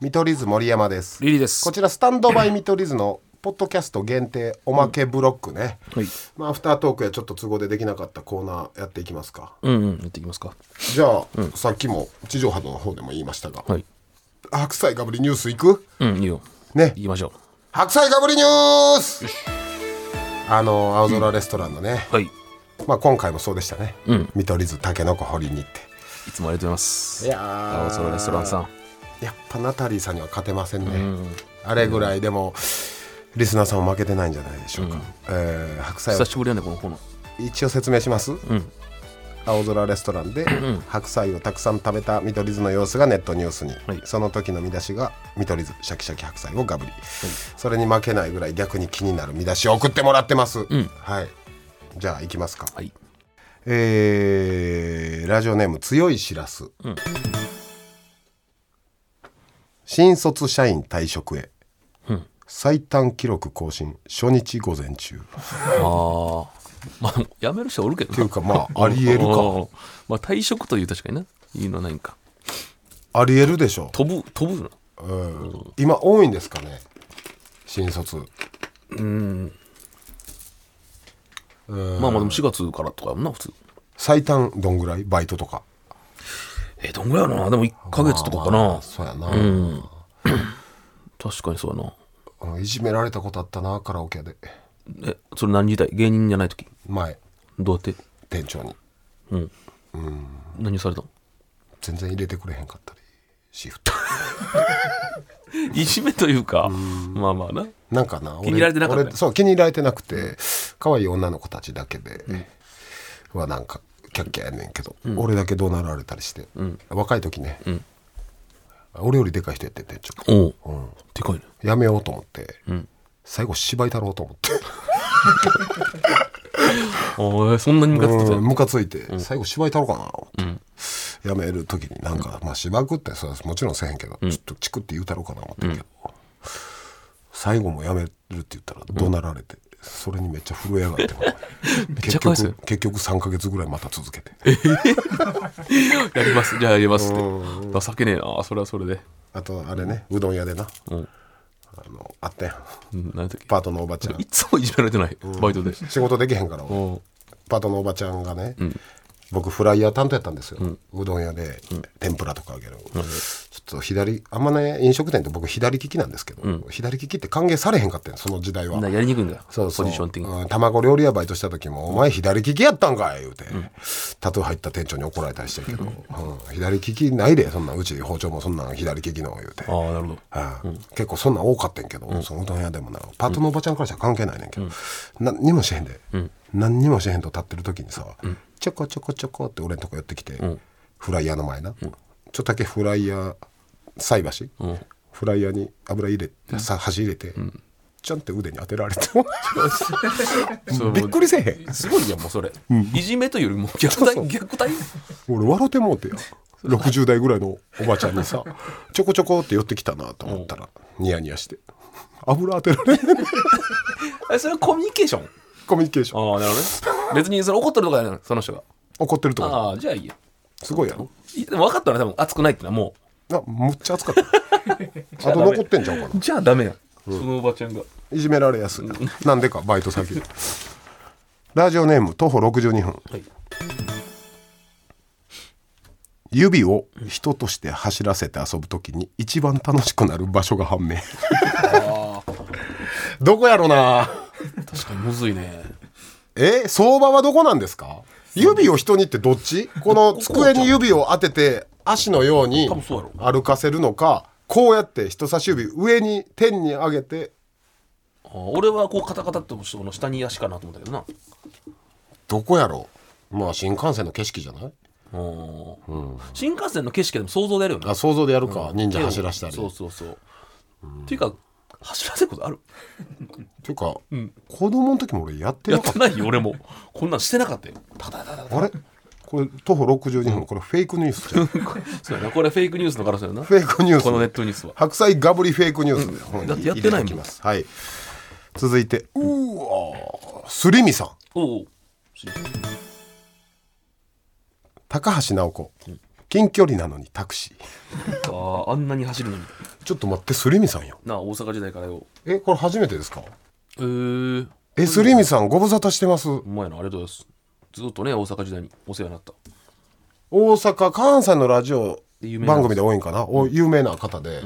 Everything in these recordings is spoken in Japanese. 見取り図森山ですリリーですこちらスタンドバイ見取り図のポッドキャスト限定おまけブロックね、はいまあアフタートークやちょっと都合でできなかったコーナーやっていきますかうんうんやっていきますかじゃあ、さっきも地上波の方でも言いましたが、はい白菜かぶりニュースいくうんいいよね行きましょ白菜かぶりニュースあの青空レストランのね、うはいいまあ今回もそうでしたね、うん見取り図たけのこ掘りに行ってつもありがとうございますいやー青空レストランさんやっぱナタリーさんには勝てませんね、あれぐらいでも、リスナーさんも負けてないんじゃないでしょうか、えー白菜を久しぶりやねこのこの一応説明します、ん青空レストランで白菜をたくさん食べた見取り図の様子がネットニュースに、いその時の見出しが見取り図シャキシャキ白菜をガブリ、それに負けないぐらい逆に気になる見出しを送ってもらってます、はいじゃあ行きますか、はいえーラジオネーム強いしらす、新卒社員退職へ、最短記録更新初日午前中ああまあやめる人おるけどっっていうかま あありえるかまあ退職という確かにないいのはないんかありえるでしょ飛ぶ飛ぶなうん今多いんですかね新卒まあまあでも4月からとかやもんな普通最短どんぐらいバイトとかえどんぐらいやろなでも1か月とかかなそうやな、確かにそうやうんいじめられたことあったなカラオケでなえそれ何時代芸人じゃない時前どうやって店長に何されたの全然入れてくれへんかったりシフトいじめというかまあまあななんかな俺気に入られてなかったね俺そう気に入られてなくて可愛い女の子たちだけで、はなんかキャッキャやんねんけど、俺だけ怒鳴られたりして、若い時ね、俺よりでかい人やってん店長おうでかいねやめようと思って、最後芝居太郎と思ってあーそんなにムカつうくんてムカついて、最後芝居たろうかな思って、やめる時になんか、まあ芝居食ってそれはもちろんせえへんけど、ちょっとチクって言うたろうかな思ってるけど、最後もやめるって言ったら怒鳴られて、それにめっちゃ震えやがって ち結ゃ返す局結局3か月ぐらいまた続けてやりますじゃあやりますって情けねえなそれはそれであとあれねうどん屋でな、んあのあったやんうん何やったっけパートのおばちゃんいつもいじめられてないバイトで仕事できへんから俺おうパートのおばちゃんがね、僕フライヤー担当やったんですよ、うどん屋で天ぷらとかあげる、ちょっと左あんまね飲食店って僕左利きなんですけど、左利きって歓迎されへんかったんその時代はなやりにくいんだよそうそうポジション的にうん卵料理屋バイトした時も「お前左利きやったんかい」言うて、タトゥー入った店長に怒られたりしてるけど、うん左利きないでそんなんうち包丁もそんなん左利きの言うてああなるほどうん結構そんなん多かったんやけど、そのうどん屋でもなパートのおばちゃんからじゃ関係ないねんけど、何にもしへんで、何にもしへんと立ってる時にさ、ちょこちょこちょこって俺んとこ寄ってきて、フライヤーの前な、ちょっとだけフライヤー菜箸、フライヤーに油入れて、さ箸入れて、ちょんって腕に当てら れてそうびっくりせえへんすごいやんもうそれいじめというよりも虐待虐待 俺笑てもうて や60代ぐらいのおばちゃんに さちょこちょこって寄ってきたなと思ったら、ニヤニヤして油当てられへんえそれはコミュニケーションコミュニケーションああなるほどね別にその怒ってるとかじゃないその人が怒ってるとかああじゃあいいやすごいやろいやでも分かったら多分熱くないってのはもあむっちゃ暑かった あと残ってんちゃうかなうじゃあダメやそのおばちゃんがいじめられやすいなんでかバイト先でラジオネーム徒歩62分はい指を人として走らせて遊ぶときに一番楽しくなる場所が判明 どこやろな確かにむずいねえ相場はどこなんですか指を人にってどっちこの机に指を当てて足のように多分そうや歩かせるのかこうやって人差し指上に天に上げてあー俺はこうカタカタってその下に足かなと思ったけどなどこやろうまあ新幹線の景色じゃないうん新幹線の景色でも想像でやるよねあ想像でやるか、忍者走らしたりそうそうそうっていうか走らせることある ていうか、子供の時も俺やってやなっかってないよ俺もこんなんしてなかったよただただたあれこれ徒歩62分これフェイクニュース じゃんそうやなこれフェイクニュースの可能性だなフェイクニュースこのネットニュースは白菜ガブリフェイクニュースで、だってやってな入れいもんきますはい続いてうわーすりみさんおお高橋直子昨近距離なのにタクシーあーあんなに走るのにちょっと待ってスリミさんよなあ大阪時代からよえこれ初めてですかえー、えスリミさんご無沙汰してますほんまやなありがとうございますずっとね大阪時代にお世話になった大阪関西のラジオ有名なんです番組で多いんかなお有名な方で、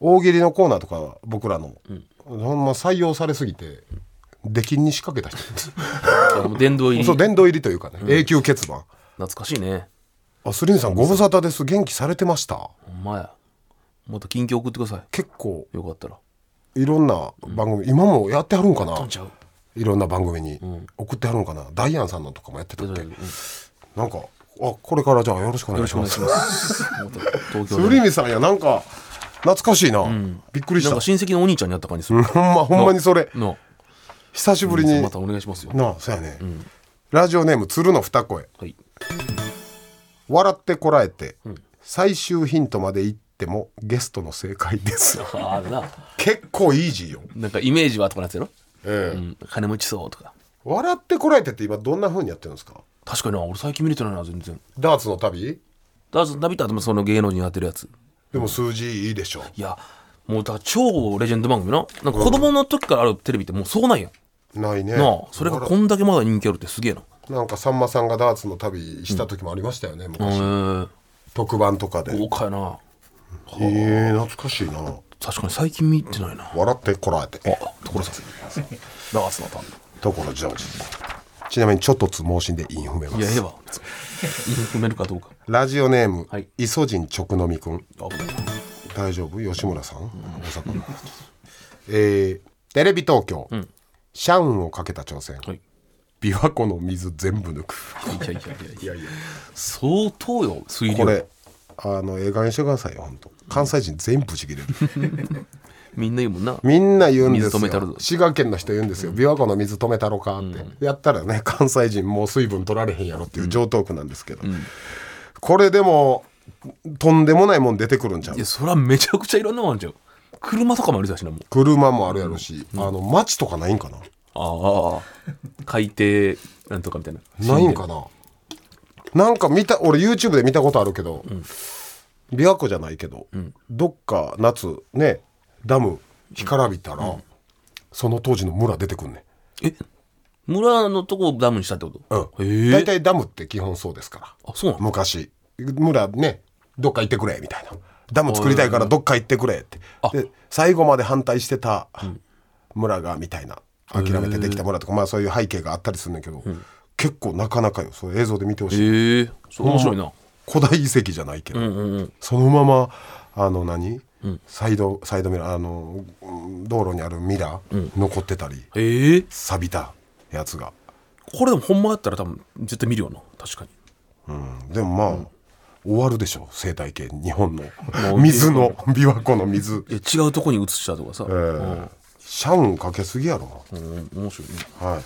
大喜利のコーナーとか僕らの、ほんま採用されすぎて出禁に仕掛けた人 ですあもう殿堂入りそう殿堂入りというかね、永久欠番懐かしいねあスリミさんご無沙汰です元気されてましたほんまやまた近況送ってくださ結構いよかったらいろんな番組、今もやってはるんかなあちゃういろんな番組に送ってはるんかな、ダイアンさんのとかもやってたっけ、うんなんかあこれからじゃあよろしくお願いしますよろ しくお願いします東ス京リミさんやなんか懐かしいな、びっくりでしなんたか親戚のお兄ちゃんに会った感じするほん まほんまにそれな久しぶりにまたお願いしますよなあそうやね、ラジオネーム鶴の二声はい笑ってこらえて、最終ヒントまで行ってもゲストの正解ですああるな 結構イージーよ、なんかイメージはとかなってやろ、ええうん、金持ちそうとか笑ってこらえてって今どんな風にやってるんですか確かにな俺最近見れてないな全然ダーツの旅だからダビッドはその芸能人やってるやつでも数字いいでしょ、いやもうだから超レジェンド番組ななんか子供の時からあるテレビってもうそうなんや、ないねなあそれがこんだけまだ人気あるってすげえななんかさんまさんがダーツの旅した時もありましたよね、へ昔え特番とかで豪華やなええ懐かしいな確かに最近見てないな笑ってこらえてあ所 さんラースのターところジョージちなみにちょっとつ盲信でインフメまンいやええす わ埋めるかどうかラジオネーム、はいイソジン直飲みくん危ない大丈夫吉村さん、大阪のえー、テレビ東京、シャンをかけた挑戦はい琵琶湖の水全部抜くいやいやいやいや相当よ水こ量れあのええ加減にしてくださいよ本当関西人全員ブチ切れるみんな言うもんなみんな言うんです水止めたるよぞ滋賀県の人言うんですよ琵琶湖の水止めたろかって、やったらね関西人もう水分取られへんやろっていう上等句なんですけど、これでもとんでもないもん出てくるんちゃういやそりゃめちゃくちゃいろんなもんあるじゃん車とかもあるじゃんしなもう車もあるやろし、あの町とかないんかなああ海底なんとかみたいなないんかななんか見た俺 YouTube で見たことあるけど、琵琶湖じゃないけど、どっか夏ねダム干からびたら、その当時の村出てくんねえ村のとこをダムにしたってこん、とうんへ大え体ダムって基本そうですからあそうなの昔村ねどっか行ってくれみたいなダム作りたいからどっか行ってくれってあで最後まで反対してた村がみたいな諦めてできた村とか、まあそういう背景があったりするんだけど、結構なかなかよそう映像で見てほしい、へえそう面白いな古代遺跡じゃないけど、うんうんうんそのままあの何、サイドサイドミラーあのうん道路にあるミラー、残ってたりへえ錆びたやつが、これでもほんまやったら多分絶対見るよな確かにうん、でもまあ、終わるでしょ生態系日本のもう水の琵琶湖の水いや違うとこに移したとかさ、ええシャンかけすぎやろ、うん、面白いね はい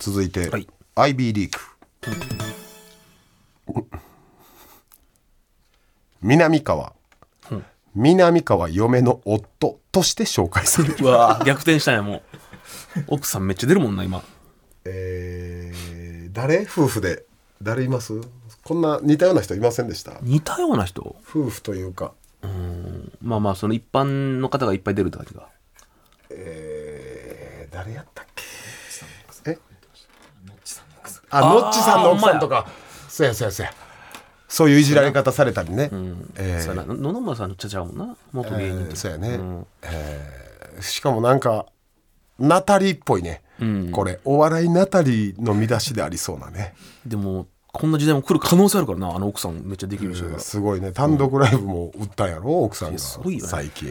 続いて、はい IB リーグ、南川、南川嫁の夫として紹介するうわー逆転したんやもう奥さんめっちゃ出るもんな今えー誰夫婦で誰いますこんな似たような人いませんでした似たような人夫婦というかまあまあその一般の方がいっぱい出るって感じがえー誰やったっけえあノッチさんの奥さんとかそうやそうやそうやそういういじられ方されたりね、えーそうやな野々村さんのちゃちゃうもんな元芸人えーとそうやね、えーしかもなんかナタリーっぽいね、これお笑いナタリーの見出しでありそうなね、でもこんな時代も来る可能性あるからなあの奥さんめっちゃできる人が、すごいね単独ライブも売ったんやろ奥さんがすごいよね最近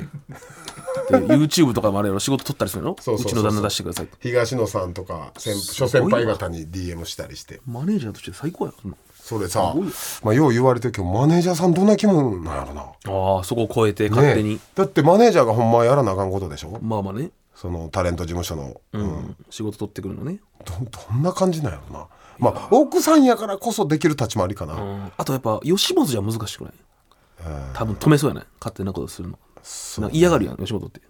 で YouTube とかもあれやろ仕事取ったりするの そうそうそうそうちの旦那出してくださいって東野さんとか先諸先輩方に DM したりしてマネージャーとして最高やろそれさ、まあ、よう言われてるけどマネージャーさんどんな気分なんやろな、ああそこを超えて勝手に、ねえだってマネージャーがほんまやらなあかんことでしょまあまあね、そのタレント事務所の、うん仕事取ってくるのね、どどんな感じなんやろなまあ奥さんやからこそできる立ち回りかな、うんあとやっぱ吉本じゃ難しくない多分止めそうやない勝手なことするのなんか嫌がるやん吉本って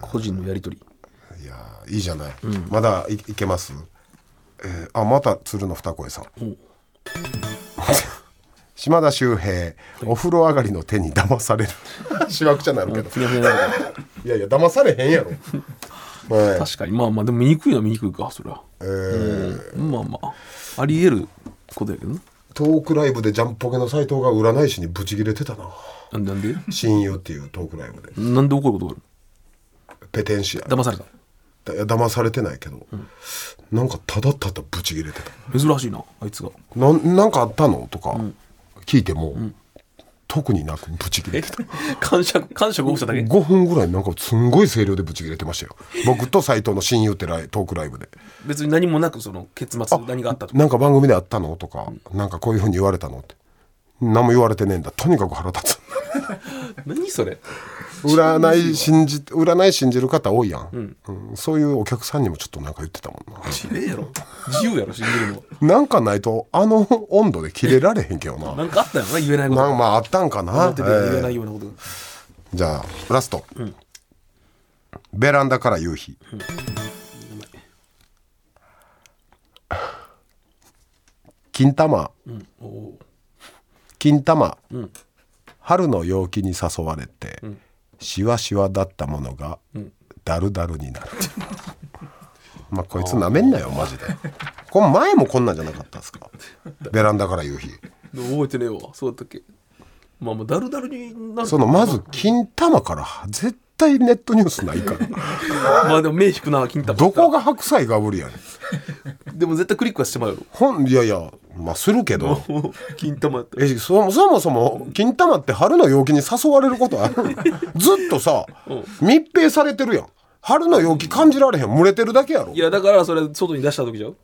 個人のやり取りいやーいいじゃない、まだいいけます、えーあまた鶴の二声さん 島田秀平お風呂上がりの手に騙される しわくちゃになるけどふにゃふにゃだからいやいや騙されへん やろはい確かにまあまあでも見にくいのは見にくいかそれは、えーうんまあまああり得ることやけどなトークライブでジャンポケの斎藤が占い師にブチギレてたななんでなんで親友っていうトークライブでなんで怒ることがあるペテンシア騙されただいや騙されてないけど、なんかただただブチギレてた珍しいなあいつがなんなんかあったのとか聞いても、特になくブチギレてた感触感触しただけ5分ぐらいなんかすんごい声量でブチギレてましたよ僕と斎藤の親友ってライトークライブで別に何もなくその結末 何があったとかなんか番組であったのとか、なんかこういうふうに言われたのって何も言われてねえんだとにかく腹 立つ何それ占い信じ占い信じる方多いやん、うんそういうお客さんにもちょっとなんか言ってたもんなちねえやろ自由やろ死んでるのはなんかないとあの温度で切れられへんけどな。 なんかあったよな言えないことなんまああったんかな。表では言えなえいようなことがーじゃあラスト、ベランダから夕日。金玉、おお金玉、春の陽気に誘われて、しわしわだったものが、だるだるになる。まあこいつなめんなよマジで。これ前もこんなんじゃなかったですか。ベランダから夕日。覚えてねえわそうだったっけまあもうダルダルになるそのまず金玉から絶対ネットニュースないからまあでも名引くな金太郎どこが白菜がぶりやねんでも絶対クリックはしてまうよほんいやいやまあするけどもう 金玉やったらえそそもそも金玉って春の陽気に誘われること あるずっとさ密閉されてるやん春の陽気感じられへん蒸れてるだけやろいやだからそれ外に出した時じゃん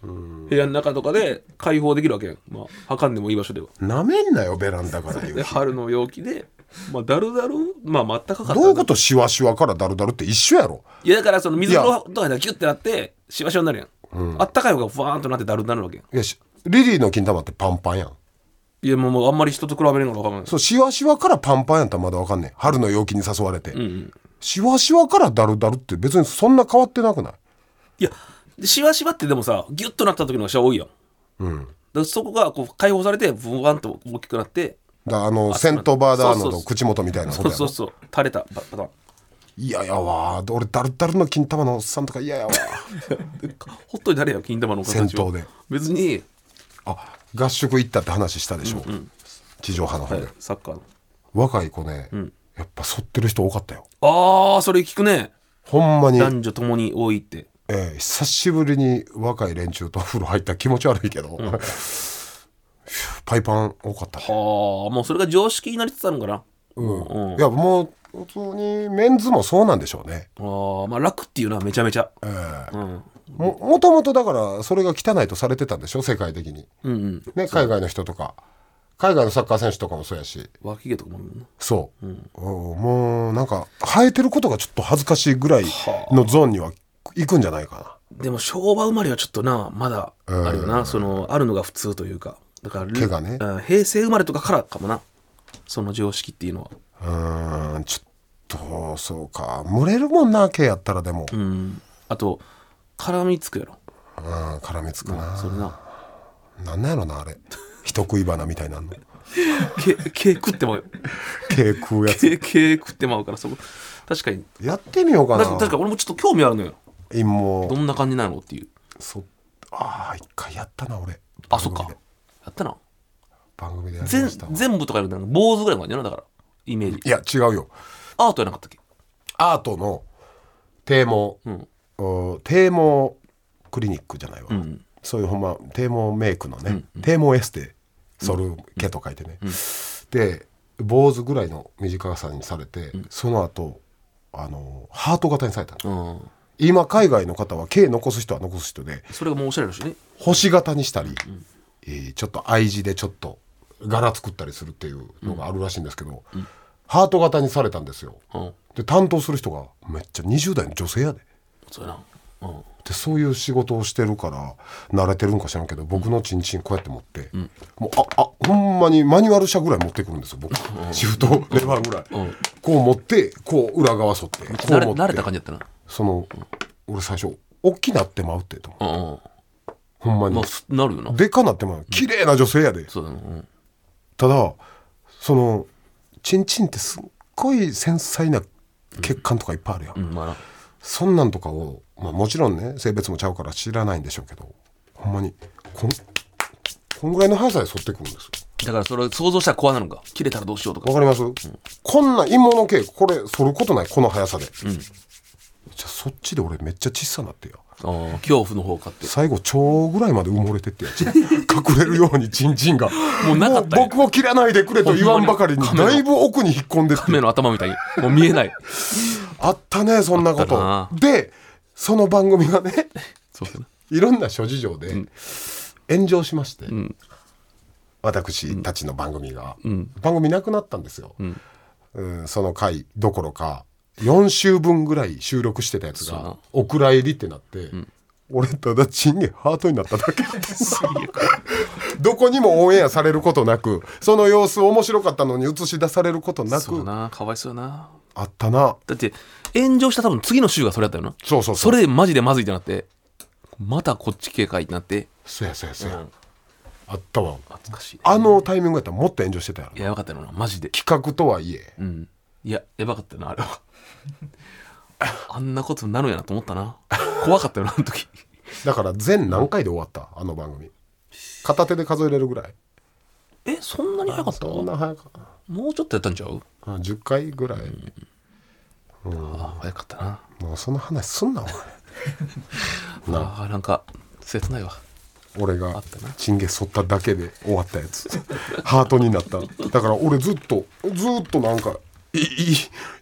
部屋の中とかで開放できるわけやんまあ測んでもいい場所ではなめんなよベランダから言うで春の陽気でまあだるだるまあまったかかったどういうことしわしわからだるだるって一緒やろいやだからその水風呂とかでギュッてなってしわしわになるやん、あったかい方がふわーんとなってだるになるわけやんいやしリリーの金玉ってパンパンやんいやもうもうあんまり人と比べるのが分かんないそうしわしわからパンパンやったらまだわかんねえ春の陽気に誘われて、しわしわからだるだるって別にそんな変わってなくないいやでしわしわってでもさギュッとなった時の人は多いやん、だからそこがこう解放されてブワンと大きくなってだからあのセントバーダーノそうそうのそう口元みたいなこそとうやそうろそう垂れたパパターンいややわ俺だるだるの金玉のおっさんとか嫌や わほっといたれや金玉のおかんたちは戦闘で別に、あ合宿行ったって話したでしょ、地上波の方はで、い、サッカーの若い子ね、やっぱ剃ってる人多かったよああそれ聞くねほんまに、男女ともに多いってえー久しぶりに若い連中とお風呂入ったら気持ち悪いけど、 パイパン多かったねああもうそれが常識になりつつあるのかなうんいやもう本当にメンズもそうなんでしょうね、あーまあ楽っていうのはめちゃめちゃ、えーうん、ももともとだからそれが汚いとされてたんでしょ世界的に、うんうんね、海外の人とか海外のサッカー選手とかもそうやし脇毛とかもあるもんなそう、うんもうなんか生えてることがちょっと恥ずかしいぐらいのゾーンには行くんじゃないかでも昭和生まれはちょっとなまだあるよな、そのあるのが普通というかだから毛がねうん平成生まれとかからかもなその常識っていうのはなうんちょっとそうか蒸れるもんな毛やったらでも、う、うんんあと絡みつくやろ絡みつくな、それななんなんやろなあれ人食い花みたいなの毛毛食ってまうよ毛食うやつ 毛毛食ってまうからそこ確かにやってみようかだな確か俺もちょっと興味あるのよ陰ど謀んな感じなのっていうそああ一回やったな俺あそっか番組でやったな番組でやり全ましたわ全部とかよりなんか坊主ぐらいの感じやなだからイメージいや違うよアートやなかったっけアートの堤毛、うんうん堤毛クリニックじゃないわ、んそういうほんま堤毛メイクのね、堤毛エステ剃る毛と書いてね、で坊主ぐらいの短さにされて、その後あのハート型にされたの、うん今海外の方は毛残す人は残す人でそれがもうおしゃれだしね星型にしたり、えーちょっと I 字でちょっと柄作ったりするっていうのがあるらしいんですけど、ハート型にされたんですよ、うんで担当する人がめっちゃ20代の女性やでそうやなうんでそういう仕事をしてるから慣れてるんか知らんけど僕のチンチンこうやって持って、もうああほんまにマニュアル車ぐらい持ってくるんですよ僕シフトレバーぐらい、こう持ってこう裏側沿ってこう慣れ持って慣れた感じやったなその俺最初大きなってまうってと思ううんうほんんまにまあ、すなるよな。でかなってまう綺麗な女性やでそうだな。うんただそのチンチンってすっごい繊細な血管とかいっぱいあるやん、うんまあなそんなんとかを、まあ、もちろんね性別もちゃうから知らないんでしょうけどほんまにこんこんぐらいの速さで剃ってくるんですよだからそれを想像したら怖なのか切れたらどうしようとかわかります、こんな芋の毛これ剃ることないこの速さで、じゃあそっちで俺めっちゃ小さなってやあー恐怖の方かって最後腸ぐらいまで埋もれてってやつ隠れるようにチンチンがもうなかったんや僕を切らないでくれと言わんばかりにほんまにだいぶ奥に引っ込んでって目の頭みたいにもう見えないあったねそんなこあっとでその番組がねそうだないろんな諸事情で炎上しまして、ん私たちの番組が、ん番組なくなったんですよ、うんその回どころか4週分ぐらい収録してたやつそうながお蔵入りってなって、俺ただチンゲハートになっただけです どこにもオンエアされることなくその様子面白かったのに映し出されることなそうくだなかわいそうだなあったなだって炎上した多分次の週がそれだったよなそうそうそそうれマジでマジでなってまたこっち警戒になってそうやそうやそうや、うんあったわ懐かしいねあのタイミングやったらもっと炎上してたやろいややばかったよなマジで企画とはいえうんいややばかったよなあれ はあんなことになるんやなと思ったな怖かったよなあの時だから全何回で終わったあの番組片手で数えれるぐらいえそんなに早かったそんな早かもうちょっとやったんちゃうあ10回ぐらい、ああ早かったなもうその話すんなお前なああなんか切ないわ俺がったなチンゲ剃っただけで終わったやつハートになっただから俺ずっとずっとなんかいい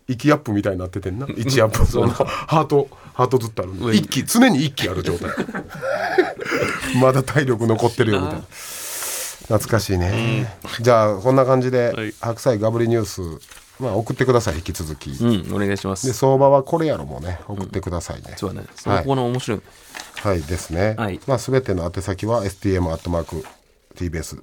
いきアップみたいになっててんな1アップ そのハートハートずっとある上に一期常に一期ある状態 まだ体力残ってるよみたいな懐かしいね、じゃあこんな感じで、はい白菜ガブリニュース、まあ、送ってください引き続き、でうんお願いします相場はこれやろもね送ってくださいね、そうだねそのここの面白い、はいですね。はいまあすべての宛先は stm アットマーク tbs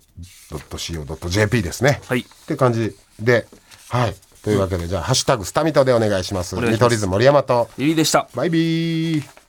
ドット co ドット jp ですね。はいって感じで、はい。というわけでじゃあハッシュタグスタミトでお願いします。願いします見取り図森山とゆりでしたバイビー。